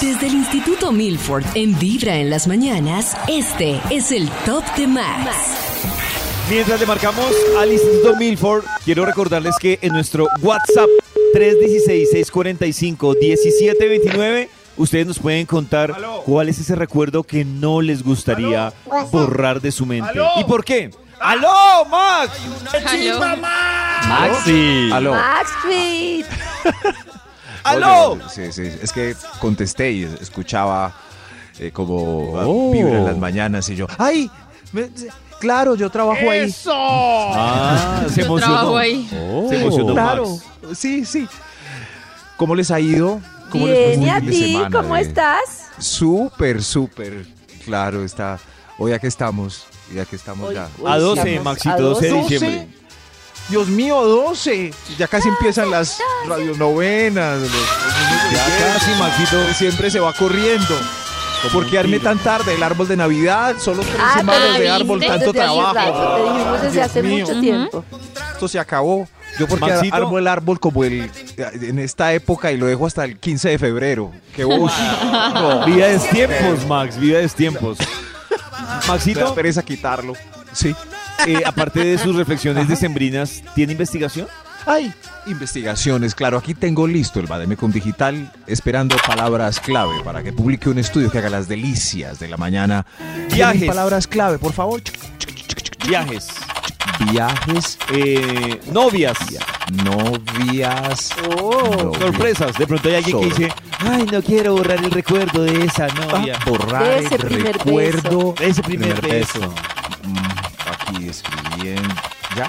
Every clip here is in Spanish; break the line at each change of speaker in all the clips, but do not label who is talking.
Desde el Instituto Milford en Vibra en las mañanas, este es el Top de Max.
Mientras le marcamos al Instituto Milford, quiero recordarles que en nuestro WhatsApp 316-645-1729, ustedes nos pueden contar
Aló.
cuál es ese recuerdo que no les gustaría borrar de su mente.
Aló. Ah.
¿Y por qué? ¡Aló, Max!
chimba
Maxi.
Aló.
Maxfit.
¡Aló!
Oye, sí, sí, es que contesté y escuchaba eh, como
Oh.
ah, vibra en las mañanas y yo, ¡ay! me- claro, yo trabajo ahí.
¡Eso!
Ah, se
Yo
emocionó. Oh.
trabajo ahí.
Se emocionó
Claro,
Max.
sí, sí. ¿Cómo les ha ido? ¿Cómo les
Bien,
fue
¿y
el
a
fin de
ti?
semana,
¿Cómo
eh?
estás?
Súper, súper. Claro, está. Hoy aquí estamos. Y aquí estamos ya.
A 12,
Estamos
Maxito,
a
12 de
12.
diciembre.
Dios mío, 12. Ya casi empiezan las radionovenas. los- los-
Ya casi, Maxito.
Siempre se va corriendo.
Como
¿Por
un
qué arme
tiro.
tan tarde? El árbol de Navidad, solo tres
Ah,
semanas
¿viste?
de árbol,
Desde
tanto
Desde hace un rato,
trabajo.
Te dijimos desde
Dios
hace
mío.
mucho tiempo.
Esto se acabó. Yo porque
Maxito.
armo el árbol como el en esta época y lo dejo hasta el 15 de febrero. Qué bobo.
Vida de tiempos, Max, vida de tiempos. Maxito,
pereza quitarlo. Sí.
eh, aparte de sus reflexiones decembrinas, ¿tiene investigación?
Ay, investigaciones, claro, aquí tengo listo el Bademecum Digital, esperando palabras clave para que publique un estudio que haga las delicias de la mañana.
Viajes.
Palabras clave, por favor.
Viajes,
Viajes,
eh, novias,
novias. novias.
sorpresas. De pronto hay alguien que dice, ay, no quiero borrar el recuerdo de esa
Ah,
novia.
borrar
De
el
ese primer
recuerdo.
De ese primer beso.
Mm, Aquí escribiendo. Ya,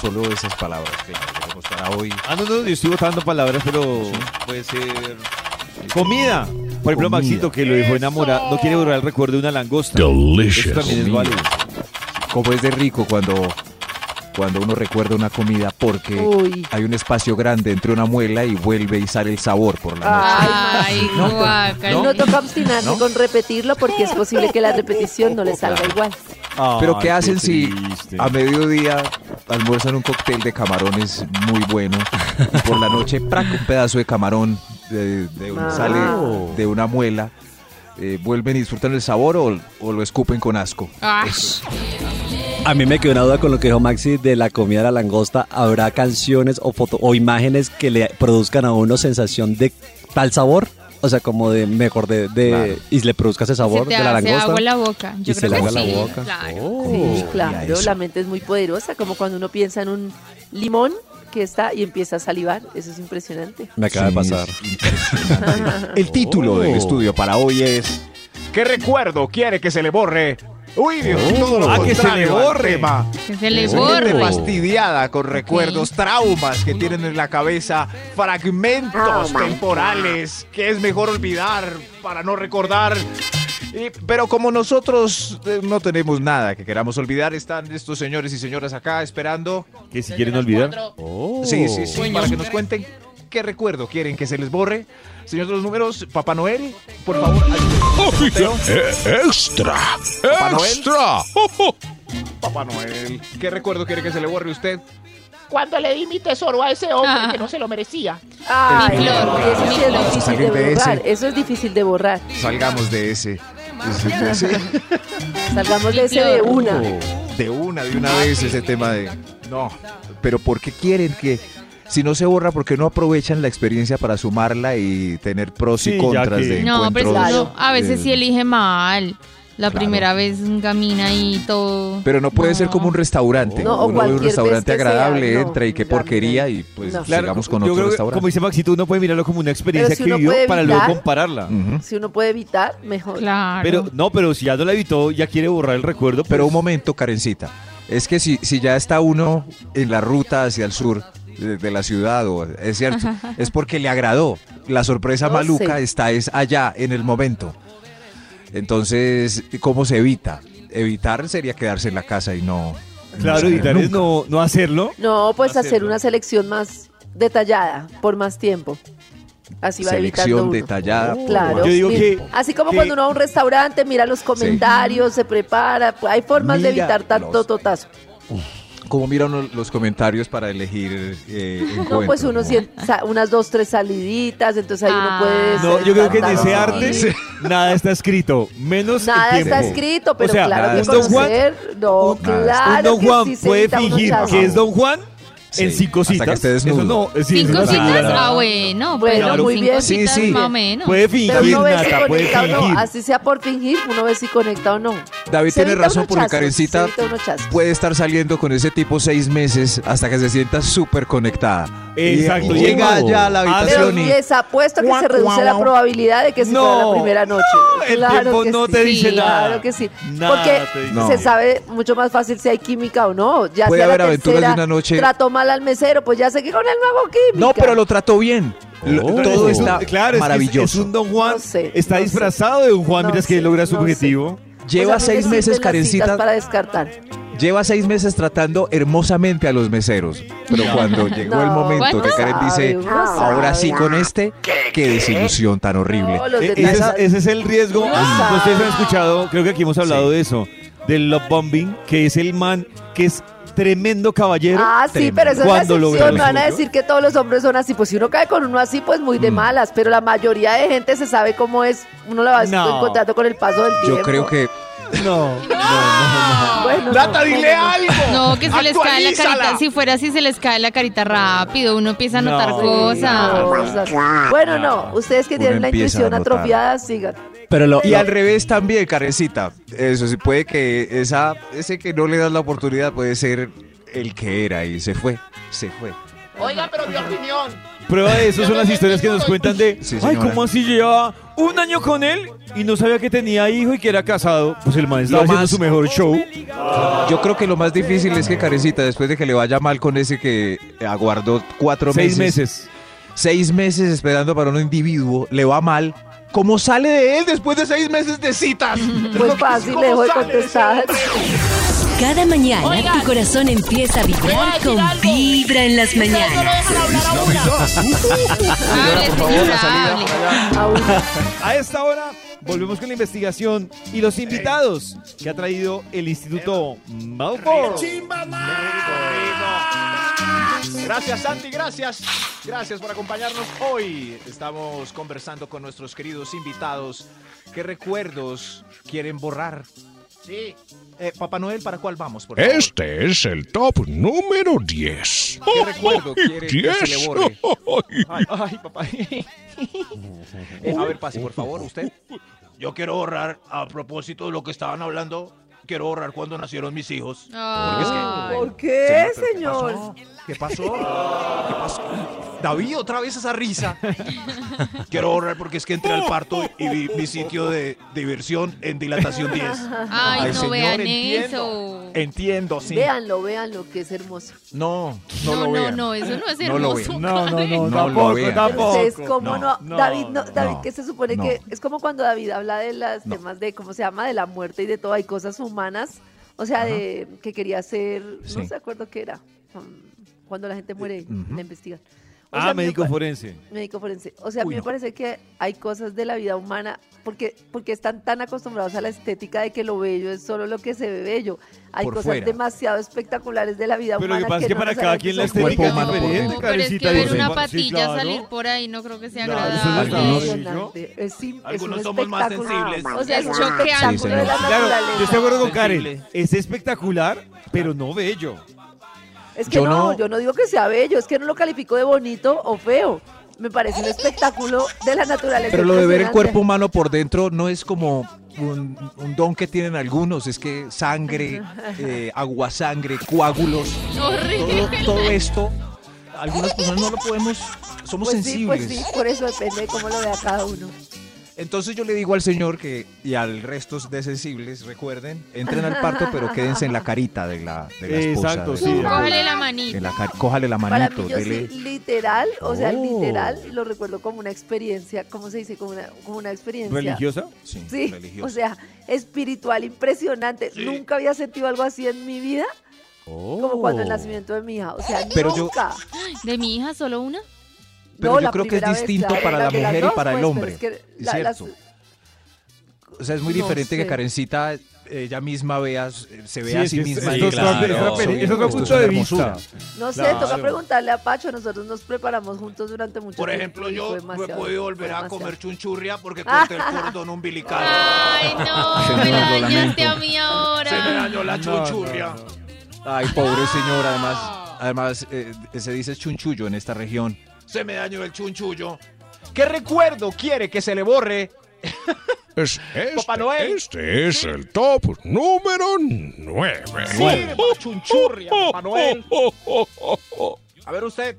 solo esas palabras que tenemos para hoy.
Ah, no, no, yo estoy botando palabras, pero puede ser... Comida. Por ejemplo,
Comida.
Maxito, que lo dejó enamorado, no quiere borrar el recuerdo de una langosta. Eso también es válido.
Como es de rico cuando, cuando uno recuerda una comida porque
Uy.
hay un espacio grande entre una muela y vuelve y sale el sabor por la
Ah,
noche.
Ay,
No, no,
guácala.
No toca obstinarse
¿No?
con repetirlo porque es posible que la repetición no le salga igual.
Pero ¿qué
Ay,
hacen si
triste.
a mediodía almuerzan un cóctel de camarones muy bueno y por la noche ¡prac! un pedazo de camarón de, de un-
Ah.
sale de una muela? eh, ¿Vuelven y disfrutan el sabor o, o lo escupen con asco?
Ah,
A mí me quedó una duda con lo que dijo Maxi de la comida de la langosta. ¿Habrá canciones o foto o imágenes que le produzcan a uno sensación de tal sabor? O sea, como de mejor de, de-
Claro.
y le produzca ese
se
sabor
te
de la
hace agua
langosta.
en la boca. Yo
Y se
creo
le
que
haga la
sí,
boca.
Claro.
Oh,
Sí, claro, la mente es muy poderosa, como cuando uno piensa en un limón que está y empieza a salivar. Eso es impresionante.
Me acaba de
Sí,
pasar.
es impresionante. El título del estudio para hoy es ¿Qué recuerdo quiere que se le borre? Uy, Dios, todo lo
ah, que se le
contrario al
borre.
tema.
Que se le
Soy gente
borre.
Este,
fastidiada con recuerdos, traumas que tienen en la cabeza, fragmentos temporales que es mejor olvidar para no recordar. Y- pero como nosotros eh, no tenemos nada que queramos olvidar, están estos señores y señoras acá esperando.
Que si quieren olvidar. Oh.
Sí, sí, sí, para que nos cuenten qué recuerdo quieren que se les borre. Señor de los números, Papá Noel, por favor.
¡Extra!
Papá Noel.
¡Extra!
Papá Noel, ¿qué recuerdo quiere que se le borre a usted?
cuando le di mi tesoro a ese hombre
Ah.
que no se lo merecía.
Ay,
Mi flor,
no, eso sí
mi
es
flor.
difícil de
Salir de ese.
borrar. Eso es difícil de borrar.
Salgamos de ese.
Salgamos de
Mi
ese de
flor.
una.
De una, de una vez ese tema de... No, pero ¿por qué quieren que... Si no se borra, ¿por qué no aprovechan la experiencia para sumarla y tener pros
Sí,
y
ya
contras
que-
de
No, pero es que
encuentros?
uno a veces
de-
sí elige mal. La
Claro.
primera vez camina y todo.
Pero no puede ser como un restaurante.
No, o
uno ve un
cualquier
restaurante
vez que
agradable,
sea, no,
entra y qué
también.
porquería y pues
No.
Claro,
sigamos con
yo
otro
creo que,
restaurante.
Como dice Maxito, uno puede mirarlo como una experiencia
Pero si
que
uno
vivió
puede
para luego
evitar-
compararla.
Ujú.
Si uno puede evitar, mejor.
Claro.
Pero no, pero si ya no la evitó, ya quiere borrar el recuerdo.
Pero un
pues,
momento, Karencita. Es que si, si ya está uno en la ruta hacia el sur de, de la ciudad, o, es cierto, es porque le agradó. La sorpresa
No
maluca
sé.
está es allá, en el momento. Entonces, ¿cómo se evita? evitar sería quedarse en la casa y no.
Claro,
salir
evitar es
nunca.
no, no hacerlo.
No, pues
Hacerlo.
hacer una selección más detallada por más tiempo. Así va evitando
Selección
uno. Uh,
detallada. por
Oh, Claro.
más
Yo digo
mira,
que-
así como
que-
cuando uno va a un restaurante, mira los comentarios, se prepara, pues, hay formas de
Mira
evitar tanto
los-
totazo.
¿Cómo mira uno los comentarios para elegir eh,
No,
encuentro,
pues uno
no?
siente sa- unas dos, tres saliditas, entonces ahí uno
Ah.
puede...
No,
ser
yo creo que en
tan-
ese
tan-
arte nada está escrito, menos el
Ah, Nada está
tiempo.
escrito, pero
o sea,
claro que
un Don Juan,
conocer... no,
nada. Un
un
claro
Don
que
Juan
sí se
puede
evita uno
fingir
chasco.
que es Don Juan
Sí,
en cinco
hasta que
citas.
esté desnudo.
Eso no, sí,
¿Cinco
eso es una
citas?
cita.
Ah, bueno,
Bueno,
pero
muy
cinco
bien.
Sí,
citas
sí.
más o menos.
Puede
Pero
fingir,
uno ve si
Nata, puede
conecta o no,
fingir.
así sea por fingir, uno ve si conecta o no.
David
Se
tiene
evita
razón
uno
porque
chascos,
Karencita
se evita uno chascos.
puede estar saliendo con ese tipo seis meses hasta que se sienta súper conectada.
Exacto,
Y
llega
llega ya a la
hace-
Pero
habitación y
les apuesto que se reduce la probabilidad de que se
No.
fuera la primera noche.
El tiempo
que
no
sí,
te dice
Sí,
nada.
Claro que sí.
Nada te
Porque
dice.
No.
se sabe mucho más fácil si hay química o no. Ya
Puede
sea la
haber aventuras
tercera,
de una noche.
Trató mal al mesero, pues ya sé que con él no hago química.
No, pero lo trató bien. Lo-
Entonces,
Todo
es un-
está
Oh. claro, es que es-
maravilloso.
Es, un Don Juan,
No sé,
está
no sé.
disfrazado de un Juan,
No
mira es que
sé,
logra su
no sé.
objetivo.
Lleva
O sea, ¿a mí
seis
qué
meses,
sirven las citas
Karencita,
para descartar.
lleva seis meses tratando hermosamente a los meseros. Pero cuando llegó el
No,
momento que
bueno,
Karen dice,
sabe, uno
ahora
sabe".
sí con este, qué desilusión tan horrible.
No, los
E-
detalles.
ese, es- ese es el riesgo.
No
Ah,
sabe.
Ustedes han escuchado, creo que aquí hemos hablado de eso, del love bombing, que es el man que es tremendo caballero.
Ah, sí,
tremendo.
pero eso es la
Cuando logra
excepción.
el
No van a
suyo.
decir que todos los hombres son así. Pues si uno cae con uno así, pues muy de
Mm.
malas. Pero la mayoría de gente se sabe cómo es. Uno la va
No.
encontrando con el paso del tiempo.
Yo creo que
No.
Bueno,
Nata,
no,
dile
no, no.
algo.
No, que se les cae la carita.
Actualízala.
Si fuera así, se les cae la carita rápido. Uno empieza a
No.
notar
Sí,
cosas.
Cosas. Bueno, no, ustedes que
Uno
tienen la
empieza a
intuición
notar.
atrofiada, sigan. Pues
Pero lo,
Y
lo-
al revés también, Carecita. Eso sí, puede que esa, ese que no le das la oportunidad puede ser el que era y se fue. Se fue.
Oiga, pero mi opinión.
Prueba de eso son las historias que nos cuentan de,
Sí,
ay,
señora.
¿cómo así llevaba un año con él y no sabía que tenía hijo y que era casado? Pues el man estaba
Lo
haciendo
más-
su mejor show.
Yo creo que lo más difícil es que Carecita, después de que le vaya mal con ese que aguardó cuatro
Seis
meses,
meses.
seis meses esperando para un individuo, le va mal. ¿Cómo sale de él después de seis meses de citas?
Pues fácil, le dejo de contestar.
Cada mañana
Oigan.
tu corazón empieza a
Voy a
vibrar
decir
con
algo.
Vibra en las
Ustedes no lo
mañanas.
dejan hablar a una.
Ah, Hable, señora, hable.
Aún.
A esta hora volvemos con la investigación y los invitados que ha traído el Instituto Malfour.
Chimba
Gracias, Santi, gracias. Gracias por acompañarnos hoy. Estamos conversando con nuestros queridos invitados. ¿Qué recuerdos quieren borrar?
Sí.
Eh, Papá Noel, ¿para cuál vamos? Por favor?
Este es el top número 10.
¿Qué recuerdo quiere que se le
10.
borre? Ay, ay, papá. Eh, a ver, pase, por favor, usted.
Yo quiero ahorrar, a propósito de lo que estaban hablando, quiero ahorrar cuando nacieron mis hijos.
Ay.
¿Por qué,
pero
señor?
¿Qué pasó? ¿Qué pasó? David, otra vez esa risa.
Quiero ahorrar porque es que entré al parto y vi mi sitio de diversión en dilatación 10.
Ay, Eh,
Ay,
no
señor,
vean
entiendo.
eso.
Entiendo, sí.
Véanlo, véanlo, que es hermoso.
No, no,
No, no,
lo
no,
vean.
eso no es
No lo
hermoso.
vean.
No, no, no,
No lo
tampoco,
vean.
tampoco.
Entonces, ¿cómo no?
no,
David, no, David,
no,
que se supone
no.
que es como cuando David habla de los temas de, ¿cómo se llama? De la muerte y de todo, hay cosas humanas, o sea, de que quería hacer, no
Sí.
se acuerdo qué era, mm, cuando la gente muere, la investigan. O
Eh,
sea,
Ah,
a mí Pues me
médico
pa-
forense.
Médico forense. O sea, a mí
Uy,
me
no.
parece que hay cosas de la vida humana porque, porque están tan acostumbrados a la estética de que lo bello es solo lo que se ve bello. Hay
Por
cosas
fuera.
demasiado espectaculares de la vida
Pero lo que
humana.
pasa es que
no
para
nos
cada
harán
quien
que
la
son
cuerpo
estética es
humano por
diferente,
dentro.
pero es que
carecita.
ver
Sí,
una
claro.
patilla salir por ahí no creo que sea
No, eso no
agradable.
está bien.
impresionante. Es, im- es
Algunos
un
somos más
espectáculo.
sensibles.
O sea, es un
Sí, señor.
espectáculo
Sí,
de la
señor.
Claro, yo estoy de
naturaleza.
acuerdo con Karen.
Sensible.
Es espectacular, pero no bello.
Es que
Yo
no,
no-
yo no digo que sea bello, es que no lo califico de bonito o feo. Me parece un espectáculo de la naturaleza.
Pero lo de ver el
impresionante.
cuerpo humano por dentro no es como un, un don que tienen algunos, es que sangre, eh, aguasangre, coágulos, todo,
Horrible.
todo esto, algunas personas no lo podemos, somos
Pues sí,
sensibles.
pues sí, por eso depende de cómo lo vea cada uno.
Entonces yo le digo al señor que, y al resto de sensibles, recuerden, entren al parto, pero quédense en la carita de la, de la esposa.
Exacto,
de-
sí, de
Cógele la manita.
En la ca- cójale la
Para
manito.
mí, yo sí,
dele-
literal, o sea,
Oh.
literal, lo recuerdo como una experiencia, ¿cómo se dice? Como una, como una experiencia.
¿Religiosa?
Sí,
Sí,
religioso.
o sea, espiritual, impresionante. Nunca había sentido algo así en mi vida, como cuando el nacimiento de mi hija. O sea,
Oh. Pero yo-
nunca.
¿De mi hija solo una?
Pero
No,
yo
la
creo que es
primera vez,
distinto
claro,
para la
de las
mujer
dos,
y para el
pues,
hombre.
pero es que
Es
la- las-
cierto. O sea, es muy
No
diferente que
sé.
Karencita ella misma vea, eh, se vea
Sí,
a
es
sí
que es-
misma.
es
y
otro-
claro,
es otra peli- es otro
esto
punto
una
de vista.
hermosura.
no sé,
Claro.
toca preguntarle a Pacho. Nosotros nos preparamos juntos durante mucho
Por
tiempo.
ejemplo,
y
yo
fue
no he
demasiado,
podido
fue
volver a
demasiado.
comer chunchurria porque corté el cordón umbilical.
Ay, no, me la dañaste a mí
Se me
ahora.
dañó la chunchurria.
Ay, pobre señor, además, además eh, se dice chunchullo en esta región.
Se me dañó el chunchullo.
¿Qué recuerdo quiere que se le borre?
Es este,
Papá Noel.
este es el top número 9.
Sirva chunchurria, Papá Noel.
A ver usted.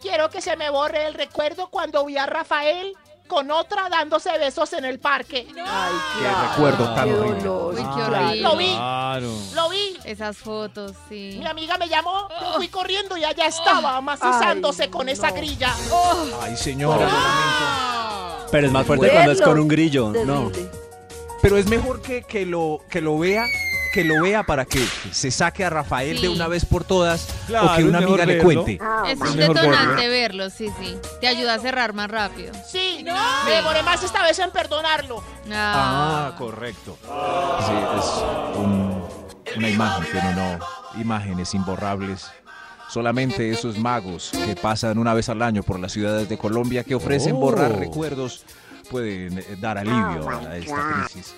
Quiero que se me borre el recuerdo cuando vi a Rafael con otra dándose besos en el parque.
Ay,
Qué
claro,
recuerdo tan
qué
horrible.
dolor,
Uy, qué
claro.
horrible.
Lo vi,
Claro.
lo vi.
Esas fotos, sí.
Mi amiga me llamó, yo fui corriendo y allá estaba macizándose
Ay,
con
no.
esa grilla.
Ay, señor.
Pero es más fuerte
Verlo,
cuando es con un grillo, no.
terrible.
Pero es mejor que, que lo, que lo vea, que lo vea para que se saque a Rafael
Sí.
de una vez por todas
Claro,
o que
es
una
mejor
amiga le
verlo.
cuente.
Es
Es
un
mejor
detonante verlo, sí, sí. Te ayuda a cerrar más rápido.
Sí, me demoré más esta vez en perdonarlo.
Ah, correcto. Sí, es un- una imagen que no, no, imágenes imborrables. Solamente esos magos que pasan una vez al año por las ciudades de Colombia que ofrecen
Oh.
borrar recuerdos pueden eh, dar alivio a esta crisis.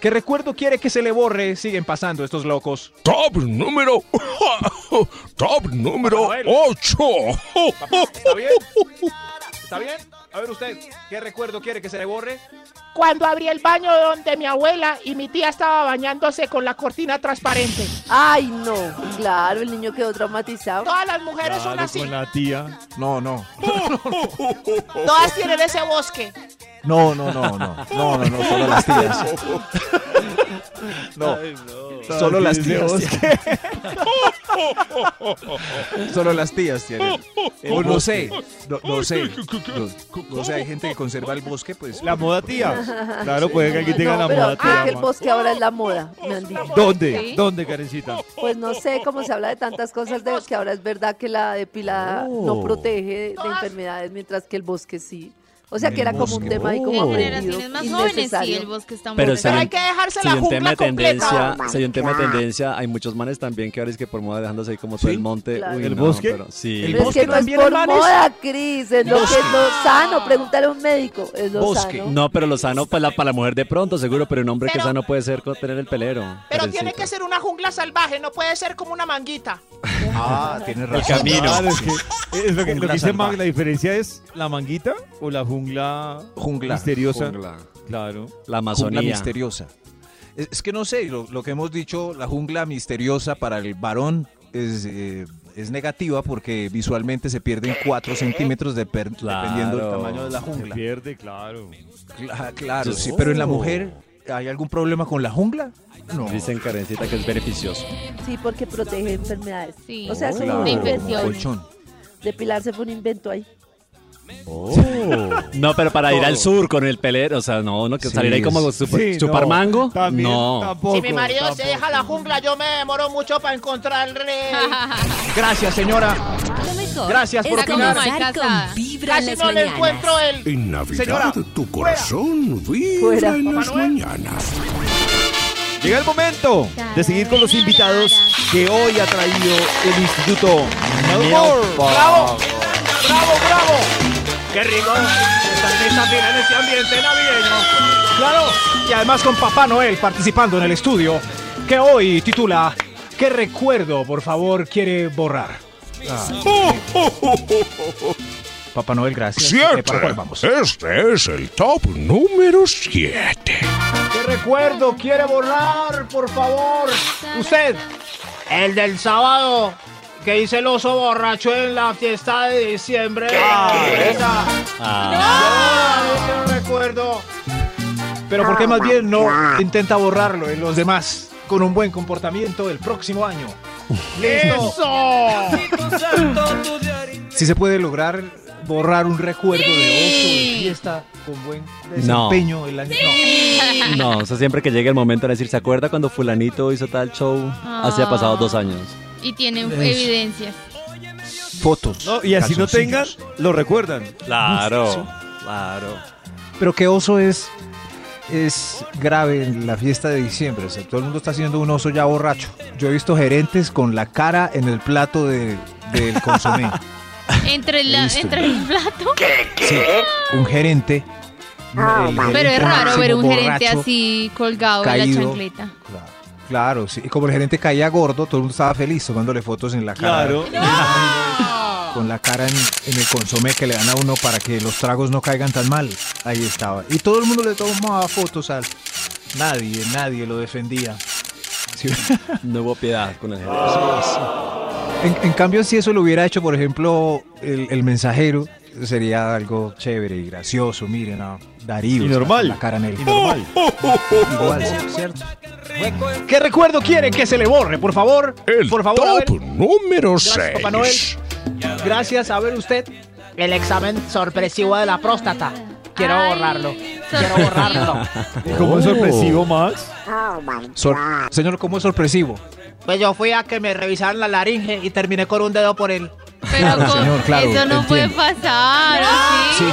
¿Qué recuerdo quiere que se le borre? Siguen pasando estos locos.
Top número. Top número 8.
¿Está bien? ¿Está bien? A ver usted, ¿qué recuerdo quiere que se le borre?
Cuando abrí el baño donde mi abuela y mi tía estaba bañándose con la cortina transparente.
Ay, no. Claro, el niño quedó traumatizado.
Todas las mujeres son
Claro,
así,
con la tía.
No, no.
todas tienen ese bosque.
No, no, no, no. No, no, no, solo las tías. No, solo las tías. tienen. Solo las tías tienen. O no sé, no, no sé. No, no sé, hay gente que conserva el bosque, pues.
La moda tía. Claro, puede que alguien tenga
No,
la
pero
moda
creo
tía.
que el
ma.
bosque ahora es la moda, me han dicho.
¿Dónde?
Sí.
¿Dónde, Karencita?
Pues no sé cómo se habla de tantas cosas de que ahora es verdad que la depilada
Oh.
no protege de, de enfermedades, mientras que el bosque sí. O sea que era como un
bosque.
tema ahí
Oh.
como
En
Como
generaciones más jóvenes, sí,
innecesario.
el bosque está muy
Pero
Pero
Sí.
hay que dejarse
Si
la
hay un tema
jungla
de
completa.
tendencia, si hay un tema de tendencia, hay muchos manes también que ahora es que por moda dejándose ahí como todo
Sí,
el monte.
claro.
Uy,
¿El
no,
bosque?
pero- sí.
El
Pero es
bosque
que no es
también,
por
hermanes.
moda, Cris, es lo que es lo sano. Pregúntale a un médico, es lo
Bosque.
sano.
No, pero lo sano para la, para la mujer de pronto, seguro, pero un hombre que
Pero-
sano puede ser con tener el pelero.
Pero tiene que
Karencita.
ser una jungla salvaje, no puede ser como una manguita.
Ah, tienes
El
razón.
camino.
Claro, es que, es lo que, lo que
Jungla
dice Mag,
salvaje.
la diferencia es la manguita o la jungla
Jungla.
misteriosa.
La,
Claro.
Jungla
Amazonía.
misteriosa. Es, es que no sé, lo, lo que hemos dicho, la jungla misteriosa para el varón es, eh, es negativa porque visualmente se pierden 4 centímetros de per-
Claro.
dependiendo del tamaño de la
Se
jungla.
pierde, claro.
Cla- claro,
Sí.
sí, pero en la mujer, ¿hay algún problema con la jungla? No.
Dicen Karencita que es beneficioso.
Sí, porque protege enfermedades.
Sí.
O sea, es
Oh, Claro,
como un
De
como
invento.
infección.
colchón.
Depilarse fue un invento ahí.
No, pero para ir al sur con el pelero, o sea, no, no que
Sí,
salir ahí como
es-
super-
Sí,
chupar
no,
mango.
también,
no.
tampoco,
si mi marido se
tampoco.
deja la jungla, yo me demoro mucho para encontrar el rey.
Gracias, señora.
Lo mejor
Gracias por
es
opinar.
comenzar con Vibra en
Casi
las
no le
mañanas.
encuentro el.
En Navidad,
Señora,
tu corazón vibra
Fuera.
en las mañanas.
Llega el momento de seguir con los invitados que hoy ha traído el Instituto Melbourne.
Bravo.
¡Qué rico! Estas fiestas en este ambiente navideño.
Claro. Y además con Papá Noel participando en el estudio, que hoy titula ¿Qué recuerdo, por favor, quiere borrar? Papá Noel,
Este
gracias. Eh,
Siete.
¿para cuál vamos?
Este es el top número 7.
¿Qué recuerdo quiere borrar, por favor? Usted.
El del sábado.
¿Qué hizo el oso borracho en la fiesta de diciembre?
Ah,
Esa.
Ah,
No, no, no recuerdo.
Pero ¿por qué más bien no intenta borrarlo en los demás con un buen comportamiento el próximo año?
¡Eso!
Si se puede lograr borrar un recuerdo de oso de fiesta con buen desempeño el año. No.
No, o sea, siempre que llegue el momento de decir, ¿se acuerda cuando fulanito hizo tal show? Hace
Ah.
pasado dos años.
Y tienen
Eso.
evidencias.
Fotos.
No, y así no tengan, lo recuerdan.
Claro, claro.
Pero que oso es es grave en la fiesta de diciembre. o sea, todo el mundo está haciendo un oso ya borracho. Yo he visto gerentes con la cara en el plato de- del consomé.
Entre, la,
Listo.
entre el plato.
Sí, un gerente. el
Pero es
gerente
raro ver un
máximo
gerente
borracho,
así colgado en la
caído.
chancleta.
Claro, sí. Y como el gerente caía gordo, todo el mundo estaba feliz tomándole fotos en la cara.
Claro.
Con la cara en, en el consomé que le dan a uno para que los tragos no caigan tan mal. Ahí estaba. Y todo el mundo le tomaba fotos al. Nadie, nadie lo defendía. Sí.
No hubo piedad con el gerente.
En, en cambio, si eso lo hubiera hecho, por ejemplo, el, el mensajero, sería algo chévere y gracioso. Miren a Darío.
Y
está
normal.
con La cara en el. Igual, sí, ¿cierto?
¿Qué recuerdo quieren que se le borre? Por favor, por favor.
Top número
Gracias, Papá Noel.
6.
Gracias, a ver usted.
El examen sorpresivo de la próstata. Quiero borrarlo. Quiero borrarlo.
¿Cómo es
Oh.
sorpresivo, Max?
Sor- señor, ¿cómo es sorpresivo?
Pues yo fui a que me revisaran la laringe y terminé con un dedo por él.
Claro, señor, claro.
Eso no
entiendo.
puede pasar. ¿o
Sí.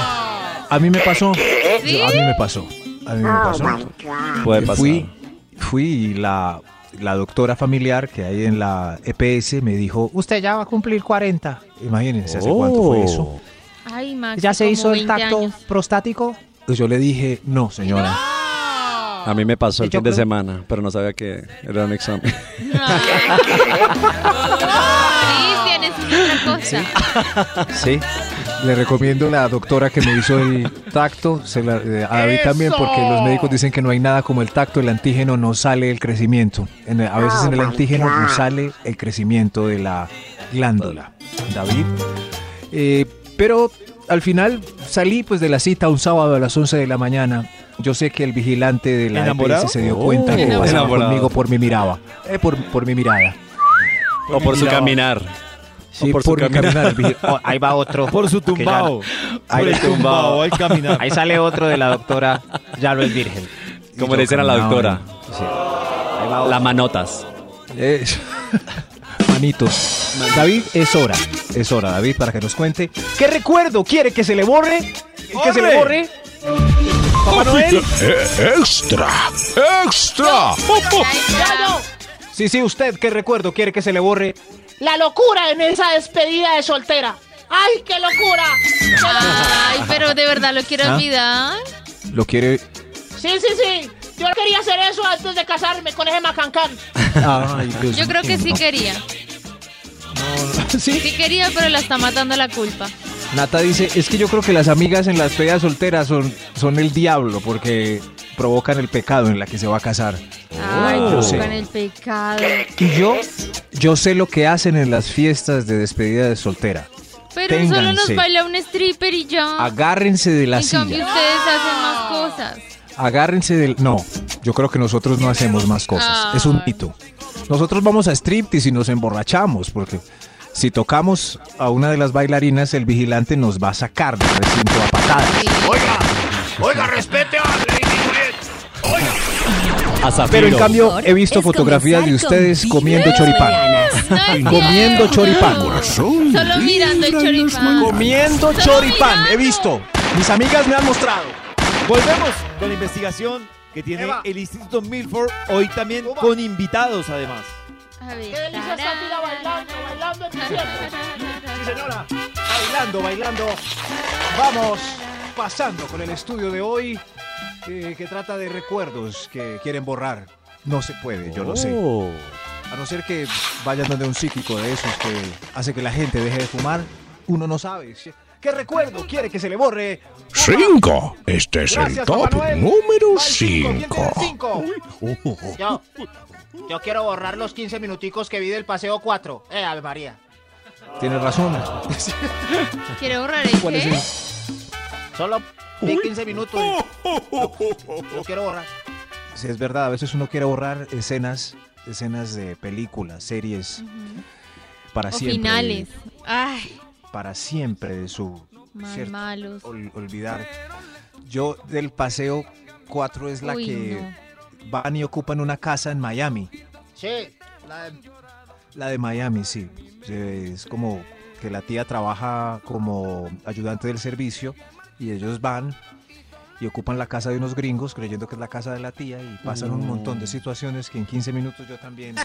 A mí me pasó.
¿Sí?
Yo- a mí me pasó. A mí me pasó.
Oh, Puede
Y
pasar.
Fui, fui y la, la doctora familiar que hay en la EPS me dijo, usted ya va a cumplir 40. Imagínense, ¿hace cuánto fue eso?
sí? Ay, Max.
¿Ya se
como
hizo el
20
tacto
años.
prostático?
Y Pues yo le dije, no, señora.
A mí me pasó el
Yo
fin de
creo-
semana, pero no sabía que era un examen.
Cristian, eso es otra cosa.
Sí.
Le recomiendo la doctora que me hizo el tacto, se la- eh, a David también, porque los médicos dicen que no hay nada como el tacto, el antígeno no sale el crecimiento. En el- a veces en el antígeno no sale el crecimiento de la glándula, David. Eh, pero al final salí pues de la cita un sábado a las 11 de la mañana. Yo sé que el vigilante de la
¿Enamorado?
EPS se dio
Oh.
cuenta que pasaba
Enamorado.
conmigo por mi mirada, eh, por, por mi mirada.
O por su
Miraba.
caminar.
Sí,
por
por,
su
mi
caminar.
caminar, el vigil-
Oh, ahí va otro.
Por su tumbao.
Ahí
Por el
está.
tumbao, al caminar.
Ahí sale otro de la doctora. Ya no es virgen.
Como le dicen a la doctora, la manotas.
Es- Manitos. Eh, David, es hora. Es hora, David, para que nos cuente.
¿Qué recuerdo quiere que se le borre? ¿Que se le borre? Papá Noel.
Eh, Extra, extra.
Sí, sí, usted, ¿qué recuerdo quiere que se le borre?
La locura en esa despedida de soltera. ¡Ay, qué locura!
Ay, pero de verdad lo quiero
¿Ah?
olvidar.
Lo quiere.
Sí, sí, sí. Yo quería hacer eso antes de casarme con ese macancán.
Ay, Dios
Yo creo que sí
mío.
quería.
Sí.
Sí quería, pero la está matando la culpa.
Nata dice: Es que yo creo que las amigas en las pedidas solteras son, son el diablo porque provocan el pecado en la que se va a casar.
Ay,
Oh.
con
Sí.
el pecado.
Y yo, yo sé lo que hacen en las fiestas de despedida de soltera.
Pero solo nos
Ténganse.
baila un stripper y ya.
Agárrense de la
en
silla.
cambio, ustedes hacen más cosas.
Agárrense del. No, yo creo que nosotros no hacemos más cosas. Es un
Ay.
mito. Nosotros vamos a striptease y nos emborrachamos, porque si tocamos a una de las bailarinas, el vigilante nos va a sacar del recinto a patadas.
Oiga, oiga, respete a Lady Juliet.
A Zafiro.
Pero en cambio, he visto fotografías de ustedes comiendo choripán.
No es
Comiendo
cierto.
choripán.
Solo mirando el choripán.
Comiendo
Solo
choripán,
mirando.
he visto. Mis amigas me han mostrado.
Volvemos con la investigación que tiene
Eva.
el Instituto Milford, hoy también con invitados además.
A ver,
Qué delicia esa tira bailando, bailando en diciembre.
Sí, señora. Bailando, bailando. Vamos pasando con el estudio de hoy eh, que trata de recuerdos que quieren borrar.
No se puede, yo lo sé.
Oh.
A no ser que vayan donde un psíquico de esos que hace que la gente deje de fumar, uno no sabe.
¿Qué recuerdo quiere que se le borre?
5. Este es el
Gracias, Papá
top
Noel.
número
Va el cinco. ¿Quién tiene el
5.
cinco?
Yo, yo quiero borrar los 15 minuticos que vi del paseo 4. Eh, Ave María.
Tienes razón.
¿Quiere borrar el
¿Cuál es
qué?
Solo de 15 minutos. y- Lo quiero borrar.
Sí, es verdad, a veces uno quiere borrar escenas, escenas de películas, series, para
O
siempre.
finales. Ay,
Para siempre de su...
mal
cierto,
malos.
ol- olvidar. Yo del paseo 4 es la
Uy,
que van y ocupan una casa en Miami.
Sí, la de-
La de Miami, sí. Es como que la tía trabaja como ayudante del servicio y ellos van y ocupan la casa de unos gringos creyendo que es la casa de la tía y pasan un montón de situaciones que en 15 minutos yo también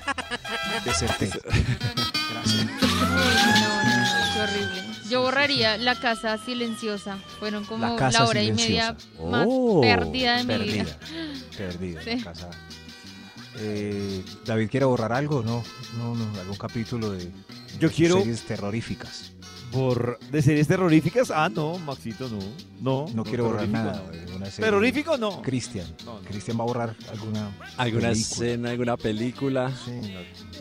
deserté. Gracias.
Uy, no, no, no, qué horrible. Yo borraría la casa silenciosa. Fueron como
La
la,
casa
hora
silenciosa.
y media más
Oh,
perdida de mi
perdida.
vida.
Perdida
Sí.
la casa. Eh, David, ¿quiere borrar algo? No, no, no, algún capítulo de,
Yo
de
quiero-
series terroríficas.
Por, ¿De series terroríficas? Ah, no, Maxito, no. No,
No, quiero borrar
terrorífico,
nada.
no.
de alguna serie.
¿Terrorífico? No.
Cristian.
No, no.
Cristian va a borrar alguna.
Alguna
película.
escena, alguna película.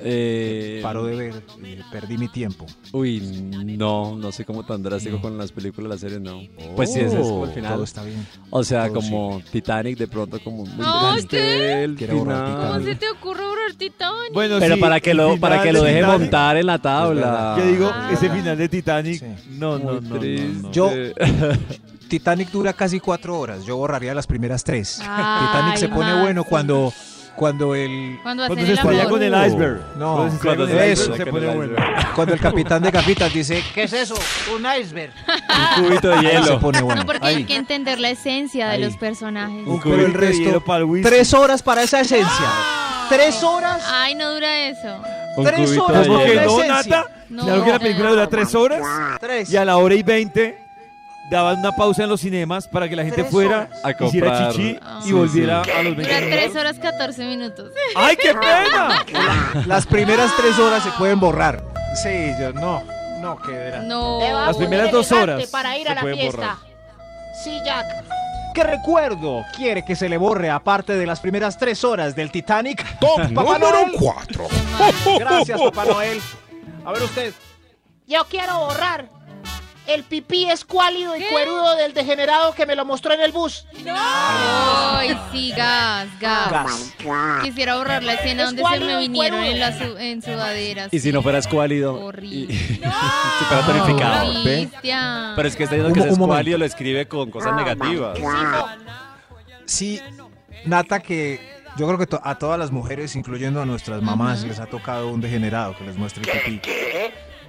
Eh, Paro de ver, eh, perdí mi tiempo.
Uy, no, no soy como tan drástico con las películas, las series, no.
Oh.
Pues sí, ese es como el final.
Oh, Todo está bien.
O sea,
Todo
como Titanic, de pronto, como muy
No,
triste
¿qué?
el
Quiero borrar
final.
¿Cómo se te ocurre borrar Titanic?
Bueno,
Pero
sí,
para que
el
lo,
final
para que
de
lo deje
Titanic.
montar en la tabla.
Yo digo,
Ah.
ese final de Titanic.
Sí.
No, no, no, no, no. eh.
Yo, Titanic dura casi cuatro horas. Yo borraría las primeras tres.
Ay,
Titanic se pone
Maxi.
bueno cuando, cuando el.
Cuando
Cuando se
hacen
Pues
el
estrella
amor.
con el iceberg.
No,
Cuando se estrella
cuando
con el
eso,
iceberg, se
con
pone
el
bueno.
Cuando el capitán de Capitas dice
¿Qué es eso? Un iceberg.
Un cubito de
ahí se
hielo.
pone bueno.
No, porque hay que entender la esencia
Ahí.
de los personajes.
Un
Pero el resto para el whisky.
Tres horas para esa esencia. Tres horas.
Ay, no dura eso.
Un
Tres
cubito
horas,
de
¿por
Porque
qué
hielo.
no,
esencia.
Nata.
No,
claro que la película dura tres horas
Tres.
y a la hora y veinte daban una pausa en los cinemas para que la gente
Tres
fuera,
horas.
A
hiciera
comprar.
chichi
Ah.
y volviera a los
Dura
20
3 horas 14 minutos.
¡Ay, qué pena!
Las primeras tres horas se pueden borrar. Sí, yo no. No, qué verá.
No.
Te va a
Las
poner
primeras dos
elegante
horas
Para ir
se
a la
pueden
fiesta. Sí, Jack.
¿Qué recuerdo quiere que se le borre aparte de las primeras tres horas del Titanic? Top, Papá
Número
Noel.
4.
Gracias, Papá Noel. A ver usted.
Yo quiero borrar el pipí escuálido y cuerudo del degenerado que me lo mostró en el bus.
Ay, sí, gas, gas. Quisiera borrar la escena donde se me
Escuálido y
vinieron
cuerudo.
en, las su- en sudaderas.
Y si no fuera escuálido.
Horrible.
Y, si fuera tonificado. ¿ve?
Cristian.
Pero es que está diciendo que
Un-
es
un momento.
escuálido, lo escribe con cosas negativas.
Sí, Nata, que yo creo que to- a todas las mujeres, incluyendo a nuestras mamás, les ha tocado un degenerado que les muestre el pipí.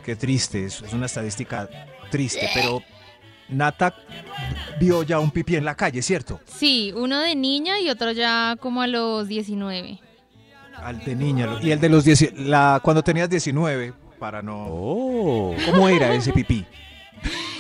Qué triste, es, es una estadística triste, pero Nata vio ya un pipí en la calle, ¿cierto?
Sí, uno de niña y otro ya como a los 19.
Al de niña. lo- Y el de los 10, la, cuando tenías 19, para no...
Oh.
¿Cómo era ese pipí?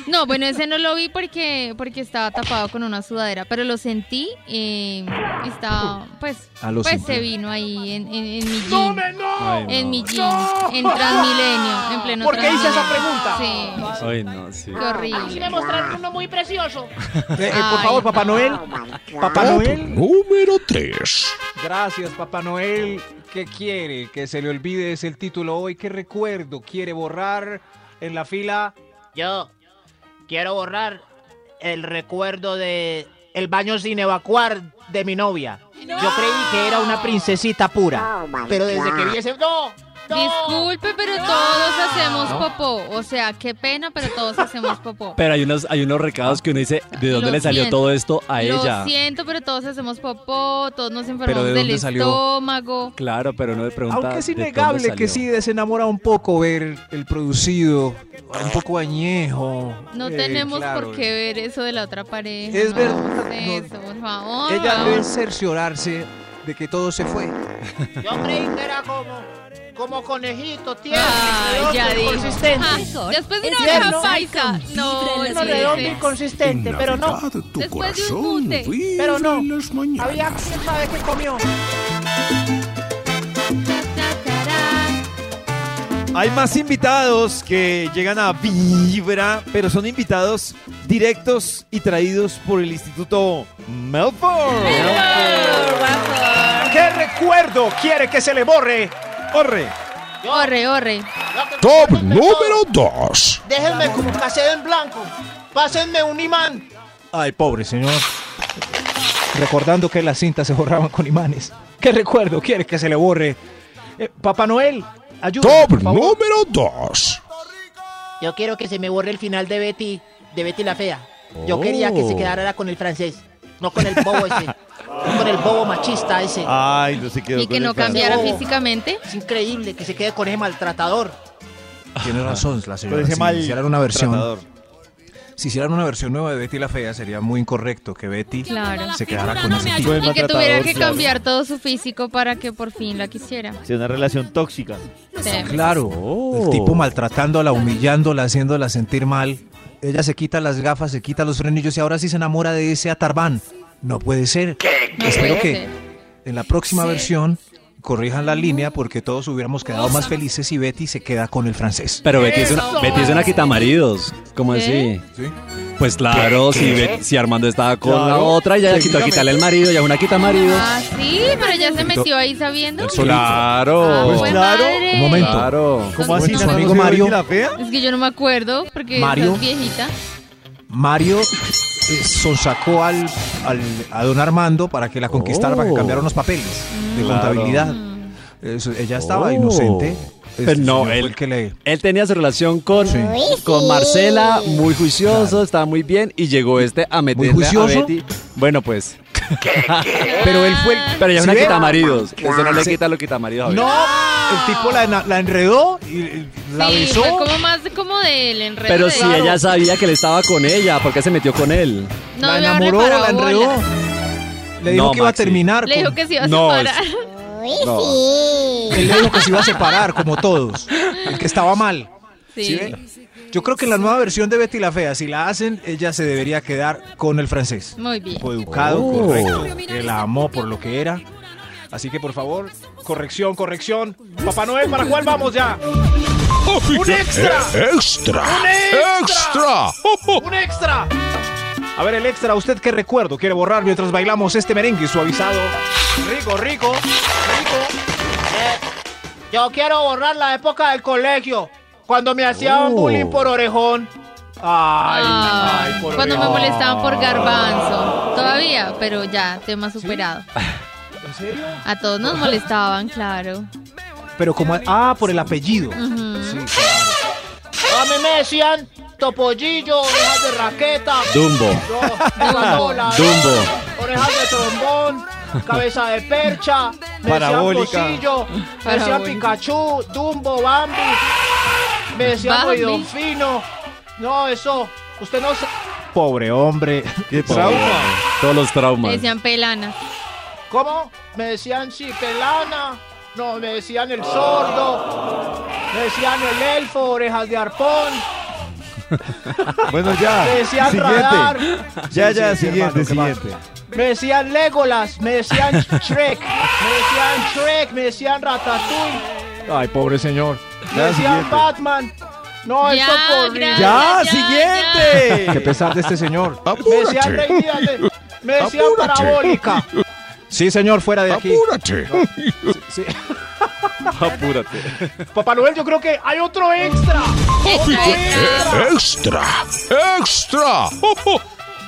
No, bueno, ese no lo vi porque, porque estaba tapado con una sudadera, pero lo sentí eh, y estaba, pues,
Ah, lo
pues
sintió.
se vino ahí en, en, en mi jean.
Ay,
En
no.
mi jean, en Transmilenio, en pleno
¿Por qué hice esa
Transmilenio.
Ay, no, sí.
Sí, qué
Aquí me
horrible.
mostraron uno muy precioso.
Eh, eh, por
Ay,
favor, Papá Noel. Papá
Top
Noel.
número 3.
Gracias, Papá Noel. ¿Qué quiere? Que se le olvide es el título hoy. ¿Qué recuerdo quiere borrar en la fila?
Yo quiero borrar el recuerdo de el baño sin evacuar de mi novia. Yo creí que era una princesita pura, pero desde que vi ese no,
Disculpe, pero todos hacemos
No.
popó. O sea, qué pena, pero todos hacemos popó.
Pero hay unos, hay unos recados que uno dice, ¿de dónde
Lo
le salió
siento.
todo esto a
Lo
ella?
siento, pero todos hacemos popó, todos nos
¿Pero
enfermamos
de
del
dónde salió?
estómago.
Claro, pero no le pregunta.
Aunque es
¿de dónde
innegable que sí
salió?
desenamora un poco ver el producido, un poco añejo.
No
Eh,
tenemos
claro.
por qué ver eso de la otra pareja.
Es
no
verdad,
hagamos
no.
Eso, por favor.
Ella debe cerciorarse de que todo se fue.
yo creí que era como como conejito tierno,
Ay,
redondo
ya
y
dijo.
consistente.
Ah, Después de una
Infierno.
oreja paisa. No,
Uno
no,
redondo y
no.
consistente,
En
pero no.
Navidad, Tu
Después de un
corazón
junte.
vibra
Pero no.
en las mañanas.
Había quien sabe que comió.
Hay más invitados que llegan a Vibra, pero son invitados directos y traídos por el Instituto Melford.
Eh,
¿Qué recuerdo quiere que se le borre?
Corre.
Orre, orre.
Top número 2.
Déjenme como casé en blanco. Pásenme un imán.
Ay, pobre señor. Recordando que las cintas se borraban con imanes. ¿Qué recuerdo quiere que se le borre? Eh, Papá Noel, ayúdame.
Top número 2.
Yo quiero que se me borre el final de Betty, de Betty la fea. Yo quería que se
Oh.
quedara con el francés, no con el bobo ese, no con el bobo machista ese.
Ah.
Ay, no se quedó
Y que
con
no
el francés.
Oh.
Oh.
cambiara físicamente.
Es increíble que se quede con ese maltratador.
Tiene razón, la
Con
señora.
ese
Si
mal
hicieran una versión,
tratador.
si hicieran una versión nueva de Betty la fea, sería muy incorrecto que Betty
Claro.
se quedara con ese tipo.
Y que tuviera que
claro.
cambiar todo su físico para que por fin la quisiera.
Sí, una relación tóxica.
Sí.
Claro, el tipo maltratándola, humillándola, haciéndola sentir mal. Ella se quita las gafas, se quita los frenillos y ahora sí se enamora de ese Atarbán. No puede ser.
No
Espero
puede
que
ser.
en la próxima versión corrijan la línea porque todos hubiéramos quedado más felices si Betty se queda con el francés.
Pero Betty es, una, Betty es una quitamaridos. ¿Cómo
¿Qué?
así? Pues claro, Si, Bet- si Armando estaba con la
Claro,
otra, ya le quitó a
seguramente.
quitarle el marido, ya una quitamaridos.
Ah, pues, sí, pero ya se metió ahí sabiendo. Ah,
Claro.
fue
claro.
Oh.
madre.
Pues
Pues
Un momento.
Claro.
¿Cómo así?
Su
¿No
amigo
conoció
Mario.
Betty la fea?
Es que yo no me acuerdo porque
Mario.
estás viejita.
Mario eh, sonsacó al, al- a don Armando para que la conquistara, para que
Oh.
cambiaran los papeles de contabilidad. Eso, ella estaba
Oh.
inocente. Este
Pero no,
señor fue
él-
el que le...
Él tenía su relación con,
Sí.
con Marcela, muy juicioso, estaba muy bien, y llegó este a meterle a
juicioso?
Betty. Bueno, pues.
Pero él fue el...
Pero ya es
¿Sí
una
ve?
quitamaridos. Eso Este no le
Sí.
quita lo quitamaridos a Betty.
No, el tipo la, ena- la enredó y eh, la
sí,
besó.
fue como más de- como del enredo.
Pero
de-
si ella sabía que él estaba con ella, ¿por qué se metió con él?
No,
la
me
enamoró,
habrá
la
parado
enredó.
bola.
Le dijo
No,
que iba a
Maxi.
terminar.
Le dijo
con-
que se iba a
No,
separar.
No.
Él le dijo que se iba a separar, como todos. El que estaba mal.
Sí.
¿Sí ve? Yo creo que la nueva versión de Betty la Fea, si la hacen, ella se debería quedar con el francés.
Muy bien.
Tipo educado,
Oh.
correcto, que la amó por lo que era. Así que por favor, corrección, corrección. Papá Noel, ¿para cuál vamos ya?
¡Un
extra!
¡Extra!
¡Un extra!
¡Extra!
¡Un extra! A ver, el extra, ¿usted qué recuerdo quiere borrar mientras bailamos este merengue suavizado? Rico, rico, rico.
Yo quiero borrar la época del colegio, cuando me hacían
Oh.
bullying por orejón.
Ay,
Ah,
ay, por
cuando me
Dios.
molestaban por garbanzo. Todavía, pero ya, tema superado.
¿En serio?
A todos nos molestaban, claro.
Pero como... Ah, por el apellido.
Ujú.
Sí, claro.
A mí me decían topollillo, orejas de raqueta,
Dumbo.
yo, bandola,
Dumbo.
¿eh? orejas de trombón, cabeza de percha, me
Parabólica.
decían cosillo, me decían
Parabólica.
Pikachu, Dumbo, Bambi, me decían
Bambi.
oído fino. No, eso, usted no sabe.
Pobre hombre.
¡Qué trauma!
Todos los
Me
traumas.
decían pelana.
¿Cómo? Me decían chipelana. No, me decían el sordo. Me decían el elfo, orejas de arpón.
Bueno, ya.
Me decían radar.
Siguiente. Ya, ya,
Sí, sí,
siguiente,
hermano, ¿qué
siguiente.
Me decían Legolas. Me decían Shrek. Me decían Shrek. Me decían Ratatouille.
Ay, pobre señor.
Me
Ya,
decían
siguiente.
Batman. No,
Ya,
eso corría.
¡Ya,
Ya,
Qué
siguiente!
pesar de este señor.
Me decían
¡Apúrate!
Rey Díaz. Me decían
Apúrate.
Parabólica.
Sí, señor, fuera de aquí.
¡Apúrate!
Apúrate.
Papá Noel, yo creo que hay otro extra.
Extra, extra.
¡Extra! ¡Extra!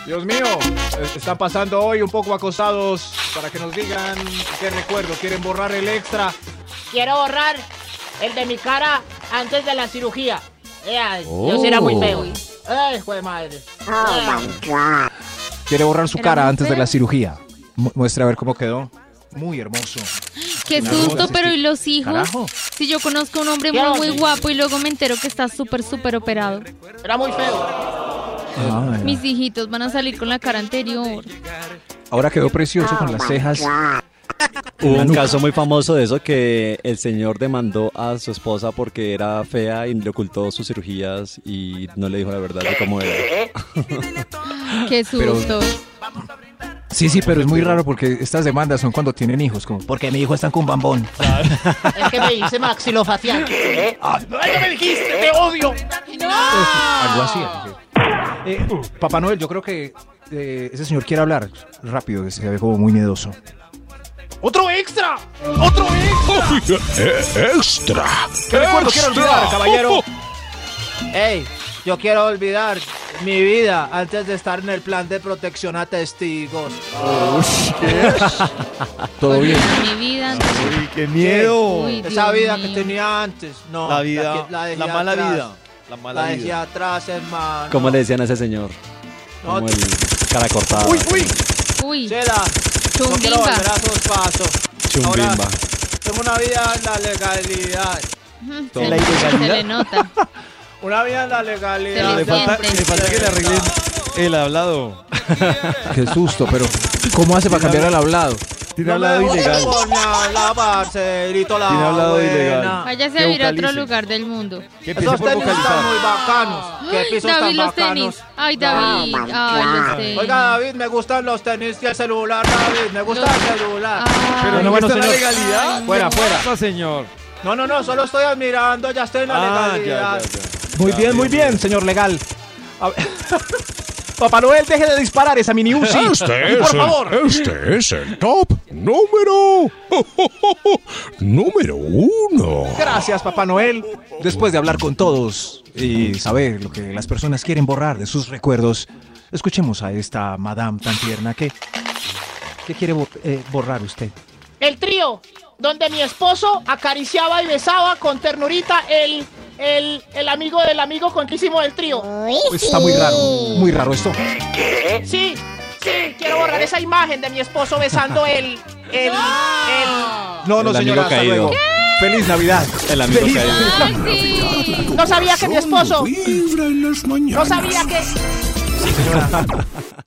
Dios mío, es- están pasando hoy un poco acosados para que nos digan qué recuerdo quieren borrar el extra.
Quiero borrar el de mi cara antes de la cirugía. Yo era
Oh.
muy feo. Ay, de madre.
Quiere borrar su
Era
cara
muy
antes de
feo.
la cirugía. Mu- muestra a ver cómo quedó. Muy hermoso.
Qué
Una
susto,
bola,
pero
sí.
¿y los hijos?
Carajo.
Si yo conozco a un hombre muy, muy guapo y luego me entero que está súper, súper operado.
Era muy feo.
Ay,
Mis hijitos van a salir con la cara anterior.
ahora quedó precioso con las cejas.
Ah,
Hubo un caso muy famoso de eso que el señor demandó a su esposa porque era fea y le ocultó sus cirugías y no le dijo la verdad de cómo era.
Qué susto.
Sí, sí, pero es muy raro porque estas demandas son cuando tienen hijos, como porque mi hijo está con bambón.
Es que me hice maxilofacial.
Ah,
¡Ay, me dijiste! ¡Te odio!
Algo así. así. Eh, Papá Noel, yo creo que eh, ese señor quiere hablar rápido, que se ve como muy miedoso.
¡Otro extra! ¡Otro extra!
extra.
¿Qué recuerdo quiero olvidar,
Extra.
caballero? Ey, yo quiero olvidar mi vida antes de estar en el plan de protección a testigos.
Todo bien.
Mi vida antes-
Ah.
Uy, qué miedo.
Uy,
Esa
Dios
vida
mío.
que tenía antes. No,
La vida-
que- dejé
la mala
atrás.
vida, la mala
dejé
vida.
atrás, hermano.
¿Cómo le decían a ese señor?
No,
Como el cara cortada.
Uy, uy.
Uy,
Chela, no quiero
Chumbimba.
volver a sus pasos.
Chumbimba.
Ahora, tengo una vida en la legalidad.
mm,
Todo.
se,
La
le-
ilegalidad.
se le nota.
Una vida en la legalidad.
Le
Lo
falta,
siente.
le falta que le arreglen el hablado.
Qué susto, pero ¿cómo hace para cambiar al hablado?
Tiene
No
hablado
me
ilegal.
voy a hablar, parcerito, la
Tiene hablado
buena.
ilegal.
Váyase
Que
a vivir a otro
vocalice.
lugar del mundo.
Que empiece
Esos
por
tenis están
vocalizar.
muy bacanos. Qué pisos
David,
tan
los
bacanos.
tenis. Ay, David. Ay, los tenis.
Oiga, David, me gustan los tenis y el celular, David. Me gusta
Los- Ah.
el celular.
Ay,
Pero no
bueno,
está en la
señor.
legalidad.
Fuera, fuera.
Pasa, señor.
No, no, no, solo estoy admirando, ya estoy en la
Ah, ya,
legalidad.
ya, ya.
Muy
Ya,
bien, muy bien, señor legal. A ver. Papá Noel, deje de disparar esa mini Uzi.
Este
Y
es,
por favor.
el, este es el top número. número uno.
Gracias, Papá Noel. Después de hablar con todos y saber lo que las personas quieren borrar de sus recuerdos, escuchemos a esta madame tan tierna que... ¿Qué quiere bo- eh, borrar usted?
El trío, donde mi esposo acariciaba y besaba con ternurita el, el, el amigo del amigo con que hicimos el trío.
Pues está muy raro, muy raro esto.
Sí, sí, quiero borrar esa imagen de mi esposo besando el, el, el...
No, no,
El amigo
señora, hasta
caído.
luego. ¡Feliz Navidad!
El amigo
Feliz-
caído.
Ay, sí.
No sabía que mi esposo,
Vibra en las
no
mañanas.
sabía que...